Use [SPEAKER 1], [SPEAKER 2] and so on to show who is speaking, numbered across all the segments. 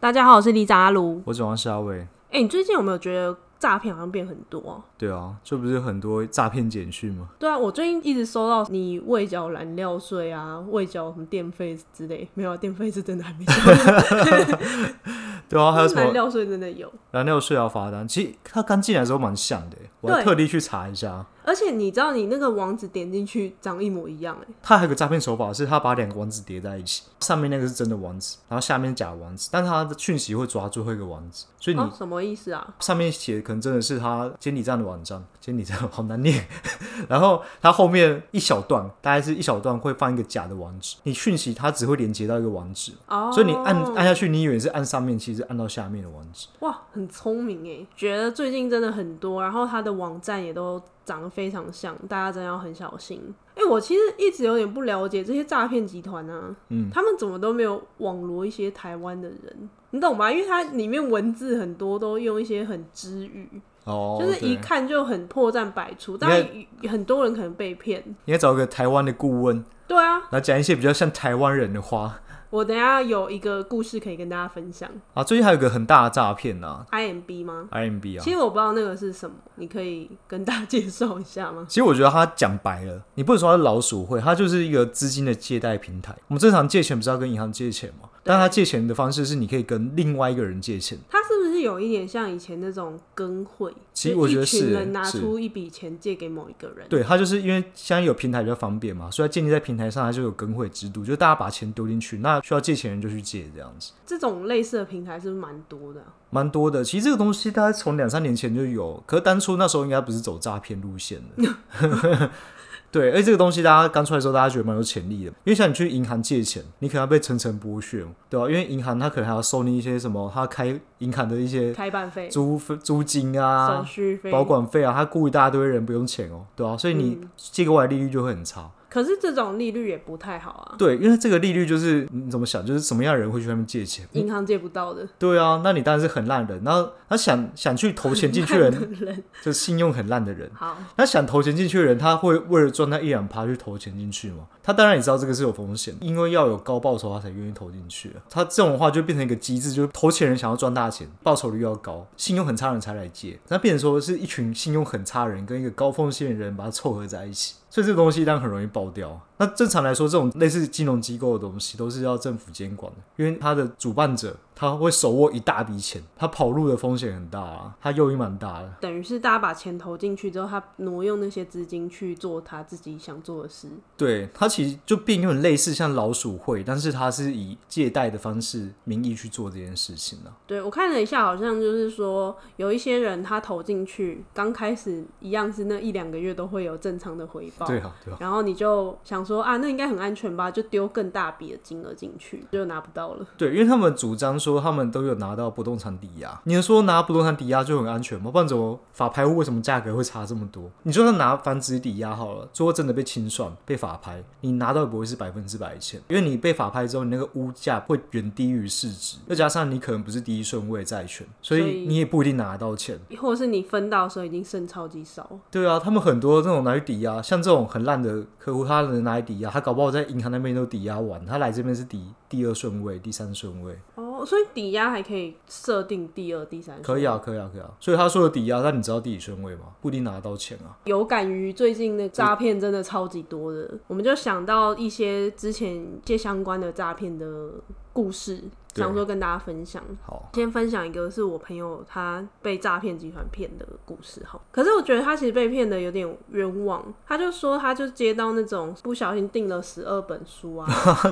[SPEAKER 1] 大家好，我是里长阿卢。
[SPEAKER 2] 我转到是阿伟。
[SPEAKER 1] 哎、你最近有没有觉得诈骗好像变很多、啊？
[SPEAKER 2] 对啊，这不是很多诈骗简讯吗？
[SPEAKER 1] 对啊，我最近一直收到你未缴燃料税啊，未缴什么电费之类，没有、啊、电费是真的还没缴，
[SPEAKER 2] 对 啊，还有什
[SPEAKER 1] 燃
[SPEAKER 2] 么
[SPEAKER 1] 料税真的有。
[SPEAKER 2] 燃料税啊罚单？其实他刚进来的时候蛮像的欸，我还
[SPEAKER 1] 对
[SPEAKER 2] 特地去查一下。
[SPEAKER 1] 而且你知道，你那个网址点进去长一模一样哎、
[SPEAKER 2] 他还有个诈骗手法是，他把两个网址叠在一起，上面那个是真的网址，然后下面假网址，但他的讯息会抓最后一个网址，所以你
[SPEAKER 1] 啊，什么意思啊？
[SPEAKER 2] 上面写的可能真的是他监理站的网站，监理站 好难念。然后他后面一小段，大概是一小段会放一个假的网址，你讯息它只会连接到一个网址，
[SPEAKER 1] 哦，
[SPEAKER 2] 所以你按按下去，你以为是按上面，其实按到下面的网址。
[SPEAKER 1] 哇，很聪明哎，觉得最近真的很多，然后它的网站也都长得非常像，大家真的要很小心。哎、我其实一直有点不了解这些诈骗集团啊，
[SPEAKER 2] 嗯，
[SPEAKER 1] 他们怎么都没有网罗一些台湾的人，你懂吗？因为它里面文字很多都用一些很知语，
[SPEAKER 2] 哦
[SPEAKER 1] 就是一看就很破绽百出，当然很多人可能被骗。
[SPEAKER 2] 你要找个台湾的顾问，
[SPEAKER 1] 对啊，
[SPEAKER 2] 然后讲一些比较像台湾人的话
[SPEAKER 1] 我等一下有一个故事可以跟大家分享
[SPEAKER 2] 啊。最近还有一个很大的诈骗呐
[SPEAKER 1] ，IMB 吗？
[SPEAKER 2] ，IMB 啊
[SPEAKER 1] 其。实我不知道那个是什么，你可以跟大家介绍一下吗？
[SPEAKER 2] 其实我觉得他讲白了，你不能说他是老鼠会，他就是一个资金的借贷平台。我们正常借钱不是要跟银行借钱吗？但他借钱的方式是你可以跟另外一个人借钱。
[SPEAKER 1] 它是不是有一点像以前那种跟会？
[SPEAKER 2] 其实
[SPEAKER 1] 就
[SPEAKER 2] 我觉得
[SPEAKER 1] 一群
[SPEAKER 2] 是
[SPEAKER 1] 人拿
[SPEAKER 2] 是
[SPEAKER 1] 出一笔钱借给某一个人。
[SPEAKER 2] 对他就是因为现在有平台比较方便嘛，所以它建立在平台上，它就有跟会制度，就是大家把钱丢进去，那需要借钱人就去借这样子。
[SPEAKER 1] 这种类似的平台是不是蛮多的啊、
[SPEAKER 2] 蛮多的。其实这个东西大概从两三年前就有，可是当初那时候应该不是走诈骗路线的。 对，而且这个东西大家刚出来的时候，大家觉得蛮有潜力的，因为像你去银行借钱，你可能要被层层剥削，对吧、因为银行它可能还要收你一些什么，它开银行的一些
[SPEAKER 1] 开办费、
[SPEAKER 2] 租费租金啊
[SPEAKER 1] 手、续费、
[SPEAKER 2] 保管费啊，它雇一大堆人不用钱哦，对吧、所以你
[SPEAKER 1] 嗯
[SPEAKER 2] 借过来利率就会很差。
[SPEAKER 1] 可是这种利率也不太好啊，
[SPEAKER 2] 对，因为这个利率就是你怎么想，就是什么样的人会去那边借钱？
[SPEAKER 1] 银行借不到的。
[SPEAKER 2] 对啊，那你当然是很烂人。然后他想想去投钱进去的人，
[SPEAKER 1] 人
[SPEAKER 2] 就信用很烂的人。
[SPEAKER 1] 好，
[SPEAKER 2] 那想投钱进去的人，他会为了赚那一两趴去投钱进去吗？他当然也知道这个是有风险，因为要有高报酬，他才愿意投进去啊。他这种话就变成一个机制，就是投钱人想要赚大钱，报酬率要高，信用很差的人才来借。那变成说是一群信用很差的人跟一个高风险的人把它凑合在一起，所以这个东西当然很容易爆掉。啊那正常来说，这种类似金融机构的东西都是要政府监管的，因为它的主办者他会手握一大笔钱，他跑路的风险很大啊，他诱因蛮大的。
[SPEAKER 1] 等于是大家把钱投进去之后，他挪用那些资金去做他自己想做的事。
[SPEAKER 2] 对，它其实就变有点类似像老鼠会，但是它是以借贷的方式名义去做这件事情啊的、
[SPEAKER 1] 对我看了一下，好像就是说有一些人他投进去，刚开始一样是那一两个月都会有正常的回报。
[SPEAKER 2] 对啊，对啊，
[SPEAKER 1] 然后你就想说啊，那应该很安全吧，就丢更大笔的金额进去，就拿不到了。
[SPEAKER 2] 对，因为他们主张说他们都有拿到不动产抵押，你能说拿不动产抵押就很安全吗？不然怎么法拍屋为什么价格会差这么多？你就算拿房子抵押好了，最后真的被清算被法拍，你拿到也不会是百分之百的钱，因为你被法拍之后，你那个屋价会远低于市值，再加上你可能不是第一顺位债权，所
[SPEAKER 1] 所
[SPEAKER 2] 以
[SPEAKER 1] 以
[SPEAKER 2] 你也不一定拿得到钱。
[SPEAKER 1] 或者是你分到的时候已经剩超级少，
[SPEAKER 2] 对啊，他们很多这种拿去抵押，像这种很烂的客户，他能拿来抵押，他搞不好在银行那边都抵押完，他来这边是抵第二顺位、第三顺位，
[SPEAKER 1] 哦，所以抵押还可以设定第二、第三。
[SPEAKER 2] 可以啊，可以啊，可以啊。所以他说的抵押，那你知道第几顺位吗？不一定拿得到钱啊。
[SPEAKER 1] 有感于最近那诈骗真的超级多的，我们就想到一些之前接相关的诈骗的故事，
[SPEAKER 2] 对
[SPEAKER 1] 想说跟大家分享。
[SPEAKER 2] 好，
[SPEAKER 1] 先分享一个是我朋友他被诈骗集团骗的故事哈，可是我觉得他其实被骗的有点冤枉，他就说他就接到那种不小心订了十二本书 啊，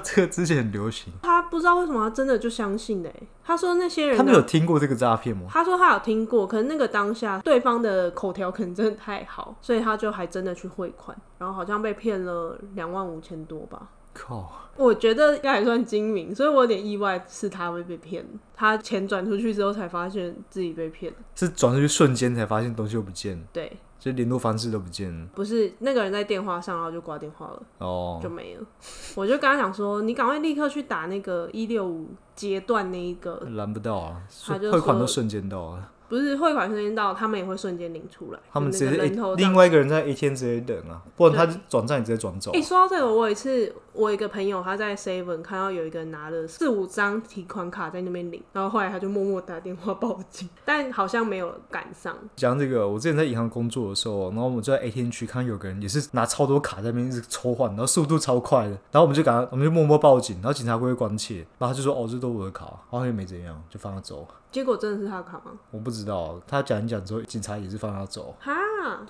[SPEAKER 2] 这个之前很流行，
[SPEAKER 1] 他不知道为什么他真的就相信嘞、他说那些人
[SPEAKER 2] 他们
[SPEAKER 1] 呢
[SPEAKER 2] 有听过这个诈骗吗？
[SPEAKER 1] 他说他有听过，可是那个当下对方的口条可能真的太好，所以他就还真的去汇款，然后好像被骗了两万五千多吧。
[SPEAKER 2] 靠，
[SPEAKER 1] 我觉得应该还算精明，所以我有点意外是他会被骗。他钱转出去之后才发现自己被骗，
[SPEAKER 2] 是转出去瞬间才发现东西又不见了，
[SPEAKER 1] 对，
[SPEAKER 2] 就联络方式都不见了。
[SPEAKER 1] 不是那个人在电话上，然后就挂电话了，
[SPEAKER 2] 哦
[SPEAKER 1] 就，没了。 我就跟他讲说，你赶快立刻去打那个一六五截断那一个，
[SPEAKER 2] 拦不到啊，
[SPEAKER 1] 他就
[SPEAKER 2] 汇款都
[SPEAKER 1] 说
[SPEAKER 2] 瞬间到了，
[SPEAKER 1] 不是汇款瞬间到，他们也会瞬间领出来，
[SPEAKER 2] 他们
[SPEAKER 1] 就
[SPEAKER 2] 直
[SPEAKER 1] 那
[SPEAKER 2] 接欸
[SPEAKER 1] 个
[SPEAKER 2] A,
[SPEAKER 1] 人头
[SPEAKER 2] 另
[SPEAKER 1] 账。
[SPEAKER 2] 外一个人在 A 天直接等啊，不然他转账你直接转走啊
[SPEAKER 1] 哎、。说到这个，我有一次，我有一个朋友他在 Seven 看到有一个人拿了四五张提款卡在那边领，然后后来他就默默打电话报警， 但好像没有赶上。
[SPEAKER 2] 讲这个，我之前在银行工作的时候，然后我们就在 ATM 区看有个人也是拿超多卡在那边一直抽换，然后速度超快的，然后我们就赶快，我们就默默报警，然后警察过去关切，然后他就说哦这都我的卡，然后也没怎样，就放他走。
[SPEAKER 1] 结果真的是他的卡吗？
[SPEAKER 2] 我不知道，他讲一讲之后，警察也是放他走，
[SPEAKER 1] 哈，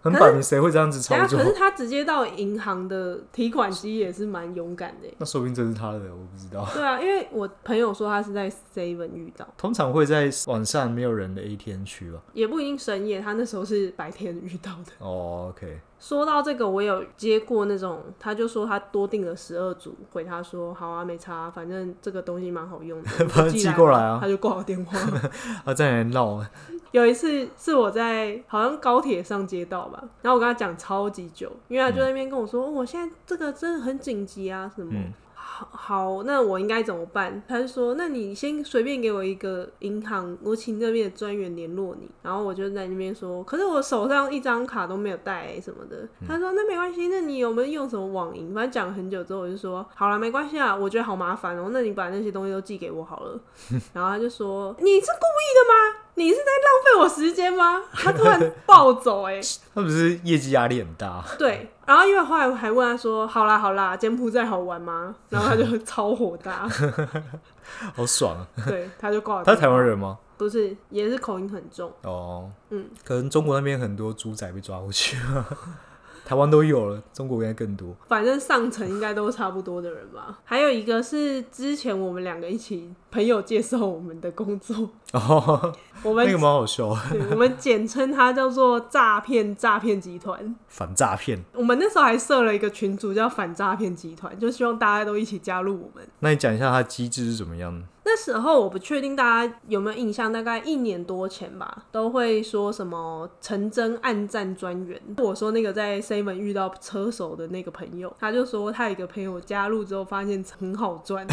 [SPEAKER 2] 很
[SPEAKER 1] 可
[SPEAKER 2] 摆
[SPEAKER 1] 是
[SPEAKER 2] 明谁会这样子哦
[SPEAKER 1] 等
[SPEAKER 2] 操
[SPEAKER 1] 下，
[SPEAKER 2] 作
[SPEAKER 1] 可？是他直接到银行的提款机也是蛮勇敢的耶。欸
[SPEAKER 2] 那说不定真是他的，我不知道。
[SPEAKER 1] 对啊，因为我朋友说他是在 Seven 遇到，
[SPEAKER 2] 通常会在晚上没有人的 ATM 区吧？
[SPEAKER 1] 也不一定深夜，他那时候是白天遇到的。
[SPEAKER 2] 哦，OK，
[SPEAKER 1] 说到这个，我有接过那种，他就说他多订了十二组，回他说好啊，没差啊，反正这个东西蛮好用的，
[SPEAKER 2] 把它
[SPEAKER 1] 你
[SPEAKER 2] 寄过来啊
[SPEAKER 1] 他就挂我电话。
[SPEAKER 2] 啊，在那里闹啊，
[SPEAKER 1] 有一次是我在好像高铁上接到吧，然后我跟他讲超级久，因为他就在那边跟我说、哦我现在这个真的很紧急啊什么。
[SPEAKER 2] 嗯
[SPEAKER 1] 好，好，那我应该怎么办？他就说：“那你先随便给我一个银行，我请那边的专员联络你。”然后我就在那边说：“可是我手上一张卡都没有带、什么的。”他说：“那没关系，那你有没有用什么网银？”反正讲了很久之后，我就说：“好了，没关系啊，我觉得好麻烦哦、那你把那些东西都寄给我好了。”然后他就说：“你是故意的吗？你是在浪费我时间吗？”他突然暴走、哎，
[SPEAKER 2] 他不 是业绩压力很大，
[SPEAKER 1] 对，然后因为后来我还问他说：“好啦好啦，柬埔寨好玩吗？”然后他就超火 大，
[SPEAKER 2] 好爽啊！
[SPEAKER 1] 对，他就挂了。
[SPEAKER 2] 他是台湾，人吗？
[SPEAKER 1] 不是，也是口音很重。
[SPEAKER 2] 哦，
[SPEAKER 1] 嗯，
[SPEAKER 2] 可能中国那边很多猪仔被抓过去， 台湾都有了，中国应该更多。
[SPEAKER 1] 反正上层应该都差不多的人吧。还有一个是之前我们两个一起朋友介绍我们的工 作，
[SPEAKER 2] 哦，
[SPEAKER 1] 我们
[SPEAKER 2] 那个蛮好笑的，
[SPEAKER 1] 对我们简称它叫做诈骗诈骗集团。
[SPEAKER 2] 反诈骗。
[SPEAKER 1] 我们那时候还设了一个群组叫反诈骗集团，就希望大家都一起加入我们。
[SPEAKER 2] 那你讲一下它的机制是怎么样的？
[SPEAKER 1] 那时候我不确定大家有没有印象，大概一年多前吧，都会说什么“陈真暗战专员”。我说那个在 Seven 遇到车手的那个朋友，他就说他有一个朋友加入之后发现很好赚，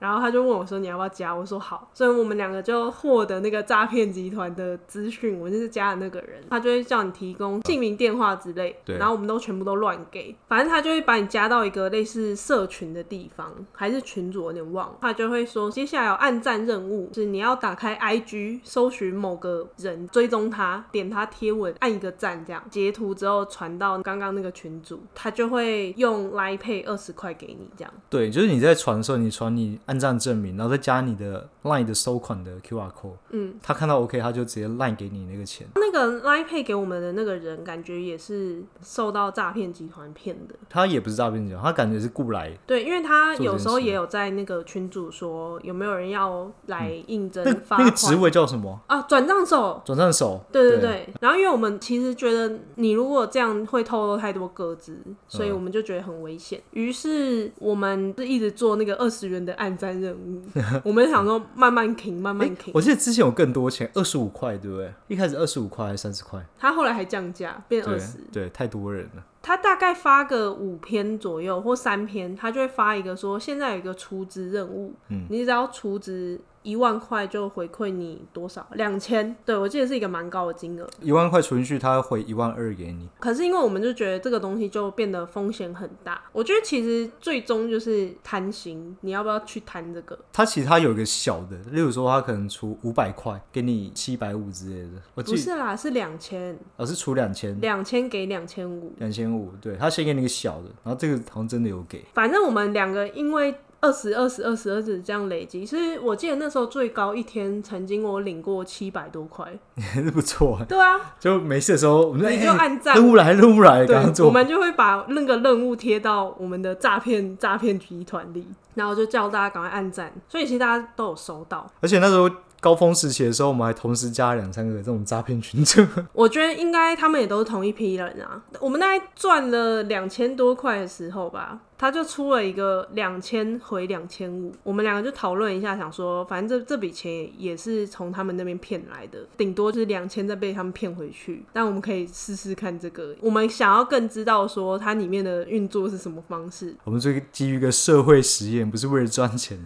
[SPEAKER 1] 然后他就问我说你要不要加，我说好，所以我们两个就获得那个诈骗集团的资讯，我就是加的那个人，他就会叫你提供姓名、电话之类，
[SPEAKER 2] 对
[SPEAKER 1] 然后我们都全部都乱给，反正他就会把你加到一个类似社群的地方，还是群主，我有点忘了，他就会说接下来有暗战任务，就是你要打开 IG 搜寻某个人，追踪他，点他贴文，按一个赞这样，截图之后传到刚刚那个群组，他就会用 Line Pay 二十块给你这样。
[SPEAKER 2] 对，就是你在传的时候，你传你按赞证明，然后再加你的 LINE 的收款的 QR code，
[SPEAKER 1] 嗯，
[SPEAKER 2] 他看到 OK，他就直接 LINE 给你那个钱。
[SPEAKER 1] 那个 Line Pay 给我们的那个人，感觉也是受到诈骗集团骗的。
[SPEAKER 2] 他也不是诈骗集团，他感觉是雇来，
[SPEAKER 1] 对，因为他
[SPEAKER 2] 做这件
[SPEAKER 1] 有时候
[SPEAKER 2] 事
[SPEAKER 1] 也有在那个群组说，有没有人要来应征
[SPEAKER 2] 那
[SPEAKER 1] 发
[SPEAKER 2] 那
[SPEAKER 1] 款、
[SPEAKER 2] 个职位叫什么？
[SPEAKER 1] 啊，转账手。
[SPEAKER 2] 转账手。
[SPEAKER 1] 对对对，然后因为我们其实觉得你如果这样会透露太多个资，所
[SPEAKER 2] 嗯
[SPEAKER 1] 以我们就觉得很危险。于是我们就一直做那个二十元的暗战任务，我们想说慢慢停，慢慢
[SPEAKER 2] 诶
[SPEAKER 1] 停。
[SPEAKER 2] 我记得之前有更多钱，二十五块，对不对？一开始二十五块还是三十块？
[SPEAKER 1] 他后来还降价变二
[SPEAKER 2] 对
[SPEAKER 1] 十，
[SPEAKER 2] 对，太多人了。
[SPEAKER 1] 他大概发个五篇左右或三篇，他就会发一个说现在有一个储值任务，
[SPEAKER 2] 嗯
[SPEAKER 1] 你只要储值一万块就回馈你多少两千，对我记得是一个蛮高的金额。
[SPEAKER 2] 一万块存进去，他会回一万二给你。
[SPEAKER 1] 可是因为我们就觉得这个东西就变得风险很大，我觉得其实最终就是贪心，你要不要去贪这个？
[SPEAKER 2] 他其实他有一个小的，例如说他可能出五百块给你七百五之类的，
[SPEAKER 1] 不
[SPEAKER 2] 我记得
[SPEAKER 1] 是啦，是两千，
[SPEAKER 2] 哦是出两千
[SPEAKER 1] 两千给两千五，
[SPEAKER 2] 两千五，对他先给你一个小的，然后这个好像真的有给，
[SPEAKER 1] 反正我们两个因为二十二十二十二十这样累积，其实我记得那时候最高一天曾经我领过七百多块。
[SPEAKER 2] 还是不错。
[SPEAKER 1] 对啊，
[SPEAKER 2] 就没事的时候，我们
[SPEAKER 1] 你
[SPEAKER 2] 哎
[SPEAKER 1] 就按赞
[SPEAKER 2] 任务来任务来，
[SPEAKER 1] 对
[SPEAKER 2] 刚刚，
[SPEAKER 1] 我
[SPEAKER 2] 做。
[SPEAKER 1] 们就会把那个任务贴到我们的诈骗诈骗集团里，然后就叫大家赶快按赞。所以其实大家都有收到，
[SPEAKER 2] 而且那时候高峰时期的时候，我们还同时加两三个这种诈骗群组。
[SPEAKER 1] 我觉得应该他们也都是同一批人啊。我们大概赚了两千多块的时候吧，他就出了一个两千回两千五，我们两个就讨论一下，想说反正这这笔钱也也是从他们那边骗来的，顶多就是两千再被他们骗回去。但我们可以试试看这个，我们想要更知道说它里面的运作是什么方式，
[SPEAKER 2] 我们这个基于一个社会实验，不是为了赚钱。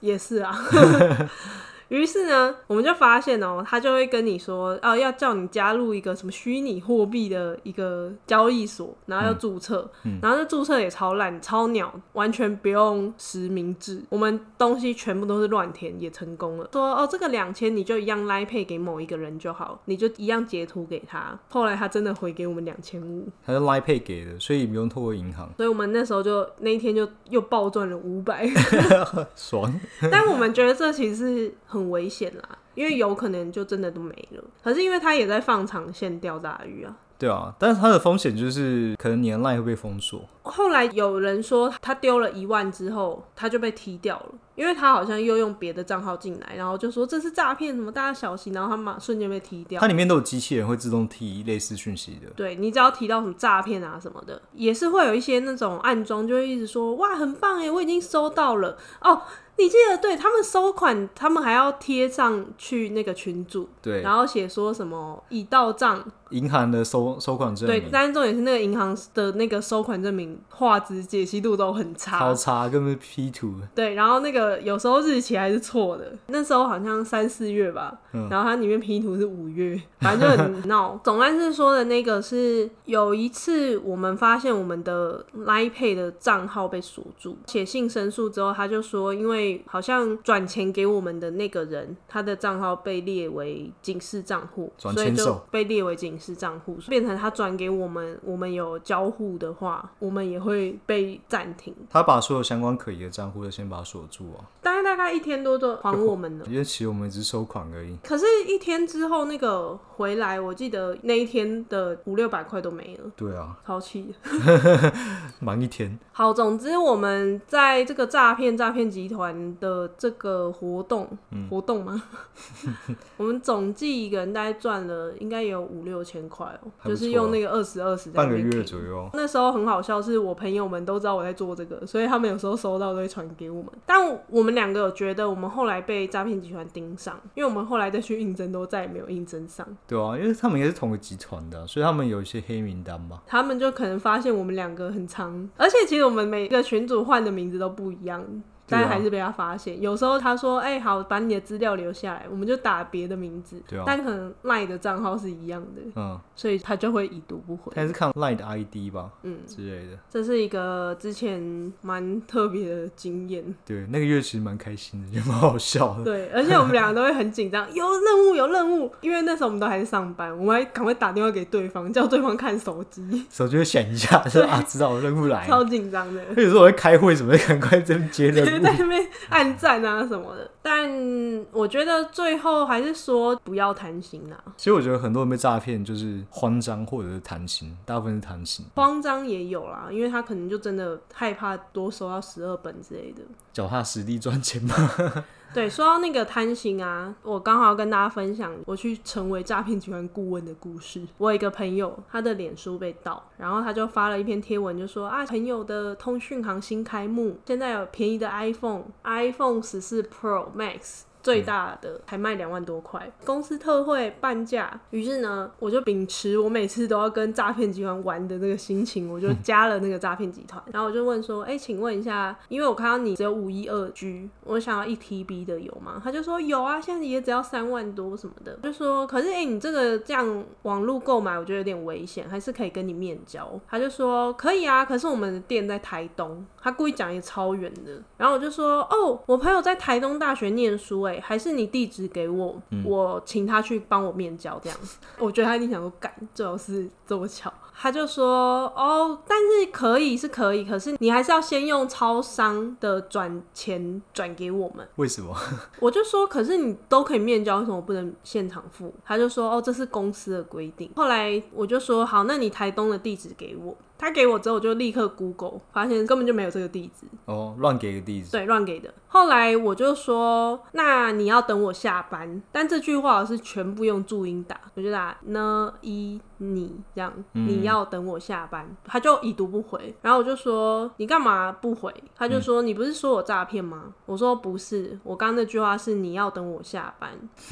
[SPEAKER 1] 也是啊。于是呢，我们就发现哦、他就会跟你说，哦，要叫你加入一个什么虚拟货币的一个交易所，然后要注册，然后这注册也超烂、超鸟，完全不用实名制，我们东西全部都是乱填，也成功了。说哦，这个两千你就一样来配给某一个人就好，你就一样截图给他。后来他真的回给我们两千五，
[SPEAKER 2] 它是 Line Pay 给的，所以不用透过银行，
[SPEAKER 1] 所以我们那时候就那一天就又暴赚了五百。
[SPEAKER 2] 爽。
[SPEAKER 1] 但我们觉得这其实是很危险啦，因为有可能就真的都没了。可是因为他也在放长线钓大鱼啊。
[SPEAKER 2] 对啊，但是它的风险就是可能你的 Line 会被封锁。
[SPEAKER 1] 后来有人说他丢了一万之后，他就被踢掉了，因为他好像又用别的账号进来，然后就说这是诈骗，什么大家小心，然后他马瞬间被踢掉
[SPEAKER 2] 它。里面都有机器人会自动提类似讯息的。
[SPEAKER 1] 对你只要提到什么诈骗啊什么的，也是会有一些那种暗中就会一直说哇很棒哎，我已经收到了哦。你记得对他们收款，他们还要贴上去那个群组，
[SPEAKER 2] 对，
[SPEAKER 1] 然后写说什么已到账，
[SPEAKER 2] 银行的收收款证
[SPEAKER 1] 对，
[SPEAKER 2] 明
[SPEAKER 1] 但是重点是那个银行的那个收款证明画质解析度都很
[SPEAKER 2] 超
[SPEAKER 1] 差。
[SPEAKER 2] 差，根本是 P 图。
[SPEAKER 1] 对，然后那个有时候日期还是错的，那时候好像三四月吧，
[SPEAKER 2] 嗯
[SPEAKER 1] 然后它里面 P 图是五月，反正就很 闹。总干事说的那个是有一次我们发现我们的 Line Pay 的账号被锁住，写信申诉之后，他就说因为好像转钱给我们的那个人，他的账号被列为警示账户，
[SPEAKER 2] 转
[SPEAKER 1] 所以
[SPEAKER 2] 签
[SPEAKER 1] 就
[SPEAKER 2] 售
[SPEAKER 1] 被列为警示账户，变成他转给我们，我们有交互的话，我们也会被暂停。
[SPEAKER 2] 他把所有相关可疑的账户都先把它锁住啊，
[SPEAKER 1] 大概大概一天多就还我们了。
[SPEAKER 2] 因为其实我们只是收款而已。
[SPEAKER 1] 可是，一天之后那个回来，我记得那一天的五六百块都没了，
[SPEAKER 2] 对啊，
[SPEAKER 1] 超气的。
[SPEAKER 2] 忙一天。
[SPEAKER 1] 好，总之我们在这个诈骗诈骗集团的这个活动、
[SPEAKER 2] 嗯
[SPEAKER 1] 活动吗？ 我们总计一个人大概赚了应该也有五六千块哦、
[SPEAKER 2] 还不错啊
[SPEAKER 1] 就是用那个二十二十
[SPEAKER 2] 半个月左右。
[SPEAKER 1] 那时候很好笑，是我朋友们都知道我在做这个，所以他们有时候收到都会传给我们。但我们两个有觉得，我们后来被诈骗集团盯上，因为我们后来再去应征，都再也没有应征上。
[SPEAKER 2] 对啊，因为他们也是同个集团的啊、所以他们有一些黑名单吧。
[SPEAKER 1] 他们就可能发现我们两个很长，而且其实我们每个群主换的名字都不一样，
[SPEAKER 2] 对啊
[SPEAKER 1] 但还是被他发现。有时候他说：“哎、好，把你的资料留下来。”我们就打别的名字，
[SPEAKER 2] 对啊
[SPEAKER 1] 但可能赖的账号是一样的，
[SPEAKER 2] 嗯，
[SPEAKER 1] 所以他就会已读不回。
[SPEAKER 2] 他也是看 Line 的 ID 吧，
[SPEAKER 1] 嗯，
[SPEAKER 2] 之类的。
[SPEAKER 1] 这是一个之前蛮特别的经验。
[SPEAKER 2] 对，那个月其实蛮开心的，就蛮好笑的。
[SPEAKER 1] 对，而且我们两个都会很紧张， 有任务有任务，因为那时候我们都还在上班，我们还赶快打电话给对方，叫对方看手机，
[SPEAKER 2] 手机会响一下，说啊，知道我任务来了。
[SPEAKER 1] 超紧张的。
[SPEAKER 2] 有时候我在开会什么的，赶快这边接任务。
[SPEAKER 1] 在那边暗赞啊什么的。但我觉得最后还是说不要贪心啊啦，
[SPEAKER 2] 其实我觉得很多人被诈骗就是慌张或者是贪心，大部分是贪心。
[SPEAKER 1] 慌张也有啦，因为他可能就真的害怕多收到十二本之类的。
[SPEAKER 2] 脚踏实地赚钱嘛。
[SPEAKER 1] 对，说到那个贪心啊，我刚好要跟大家分享我去成为诈骗集团顾问的故事。我有一个朋友，他的脸书被盗，然后他就发了一篇贴文，就说啊，朋友的通讯行新开幕，现在有便宜的 iPhone，iPhone 十四 Pro Max。最大的才卖两万多块，公司特惠半价。于是呢，我就秉持我每次都要跟诈骗集团玩的那个心情，我就加了那个诈骗集团。然后我就问说：“哎、请问一下，因为我看到你只有五一二 G，我想要一 TB 的有吗？”他就说：“有啊，现在也只要三万多什么的。”就说：“可是哎、你这个这样网络购买，我觉得有点危险，还是可以跟你面交。”他就说：“可以啊，可是我们的店在台东。”他故意讲一个超远的，然后我就说：“哦，我朋友在台东大学念书，哎，还是你地址给我，我请他去帮我面交这样。”我觉得他一定想说，干，最好是这么巧。他就说，哦，但是可以是可以，可是你还是要先用超商的转钱转给我们。
[SPEAKER 2] 为什么？
[SPEAKER 1] 我就说，可是你都可以面交，为什么不能现场付？他就说，哦，这是公司的规定。后来我就说，好，那你台东的地址给我。他给我之后，我就立刻 Google，发现根本就没有这个地址，
[SPEAKER 2] 哦，乱给个地址，
[SPEAKER 1] 对，乱给的。后来我就说，那你要等我下班，但这句话我是全部用注音打，我就打呢一你这样，你要等我下班，他就已读不回。然后我就说你干嘛不回？他就说、你不是说我诈骗吗？我说不是，我刚刚那句话是你要等我下班。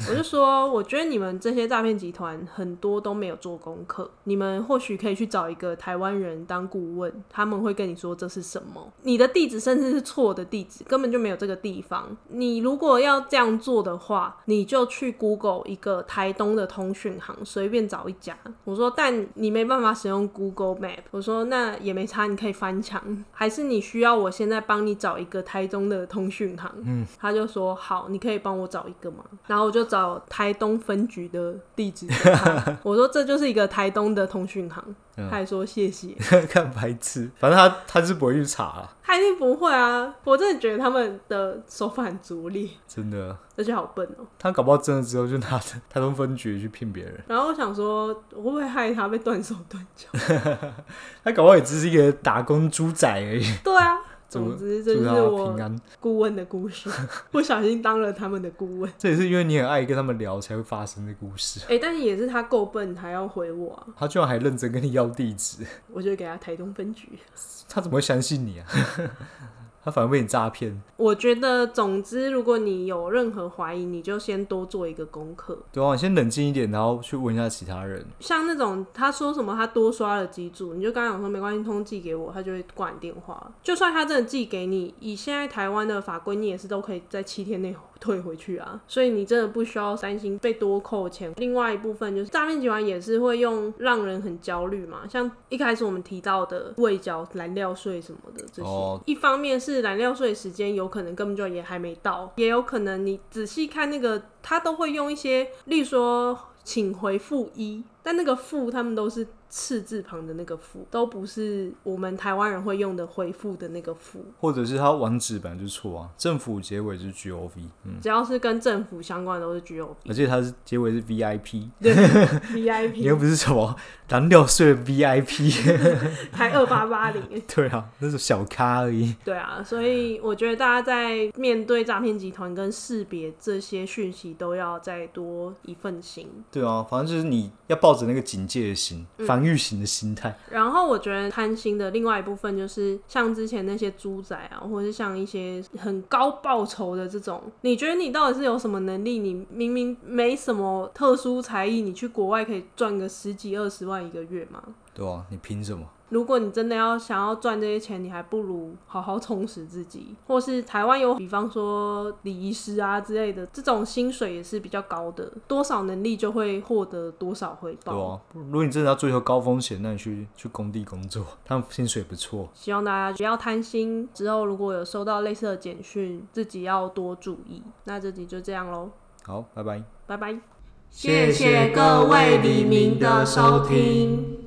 [SPEAKER 1] 我就说我觉得你们这些诈骗集团很多都没有做功课，你们或许可以去找一个台湾人当顾问，他们会跟你说这是什么。你的地址甚至是错的地址，根本就没有这个地方。你如果要这样做的话，你就去 Google 一个台东的通讯行，随便找一家。我说，但你没办法使用 Google Map。我说，那也没差，你可以翻墙，还是你需要我现在帮你找一个台中的通讯行？嗯，他就说好，你可以帮我找一个吗？然后我就找台东分局的地址给他 我说这就是一个台东的通讯行，
[SPEAKER 2] 嗯
[SPEAKER 1] 他还说谢谢。
[SPEAKER 2] 看白痴，反正他他是不会去查啦，
[SPEAKER 1] 他一定不会啊！我真的觉得他们的手法很拙劣，
[SPEAKER 2] 真的，
[SPEAKER 1] 而且好笨哦、
[SPEAKER 2] 他搞不好真的之后就拿着 台东分局去骗别人，
[SPEAKER 1] 然后我想说，我会不会害他被断手断脚？
[SPEAKER 2] 他搞不好也只是一个打工猪仔而 已，
[SPEAKER 1] 对啊，
[SPEAKER 2] 怎么
[SPEAKER 1] 总之这
[SPEAKER 2] 祝
[SPEAKER 1] 就
[SPEAKER 2] 他
[SPEAKER 1] 是
[SPEAKER 2] 平
[SPEAKER 1] 我
[SPEAKER 2] 安。
[SPEAKER 1] 顾问的故事， 不小心当了他们的顾问。
[SPEAKER 2] 这也是因为你很爱跟他们聊才会发生的故事。
[SPEAKER 1] 哎、但是也是他够笨，还要回我啊！
[SPEAKER 2] 他居然还认真跟你要地址，
[SPEAKER 1] 我就给他台东分局。
[SPEAKER 2] 他怎么会相信你啊？ 他反而被你诈骗，
[SPEAKER 1] 我觉得，总之，如果你有任何怀疑，你就先多做一个功课。
[SPEAKER 2] 对啊，你先冷静一点，然后去问一下其他人。
[SPEAKER 1] 像那种他说什么他多刷了几组，你就刚刚讲说没关系，通寄给我，他就会挂你电话。就算他真的寄给你，以现在台湾的法规，你也是都可以在七天内退回去啊。所以你真的不需要担心被多扣钱。另外一部分就是诈骗集团也是会用让人很焦虑嘛，像一开始我们提到的未缴燃料税什么的这些，
[SPEAKER 2] 哦
[SPEAKER 1] 一方面是燃料税时间有可能根本就也还没到，也有可能你仔细看那个，他都会用一些，例如说请回复一，但那个复他们都是赤字旁的那个复，都不是我们台湾人会用的回复的那个复。
[SPEAKER 2] 或者是他网址本来就错啊，政府结尾是 GOV，嗯，
[SPEAKER 1] 只要是跟政府相关的都是 G O
[SPEAKER 2] 而且他是结尾是 VIP，
[SPEAKER 1] V I
[SPEAKER 2] 你又
[SPEAKER 1] P，
[SPEAKER 2] 不是什么 燃料税 VIP，
[SPEAKER 1] 才二八八零。
[SPEAKER 2] 对啊，那是小咖而已。
[SPEAKER 1] 对啊，所以我觉得大家在面对诈骗集团跟识别这些讯息，都要再多一份心。
[SPEAKER 2] 对啊，反正就是你要抱着那个警戒的心、防御型的心态。
[SPEAKER 1] 然后我觉得贪心的另外一部分就是，像之前那些猪仔啊，或者是像一些很高报酬的这种，你觉得你到底是有什么能力？你明明没什么特殊才艺，你去国外可以赚个十几二十万一个月吗？
[SPEAKER 2] 对啊，你凭什么？
[SPEAKER 1] 如果你真的要想要赚这些钱，你还不如好好充实自己，或是台湾有，比方说礼仪师啊之类的，这种薪水也是比较高的，多少能力就会获得多少回
[SPEAKER 2] 对
[SPEAKER 1] 报。
[SPEAKER 2] 啊，如果你真的要追求高风险，那你去去工地工作，他们薪水不错。
[SPEAKER 1] 希望大家不要贪心，之后如果有收到类似的简讯，自己要多注意。那这集就这样喽，
[SPEAKER 2] 好，拜拜。
[SPEAKER 1] 拜拜。
[SPEAKER 2] 谢谢各位黎明的收听。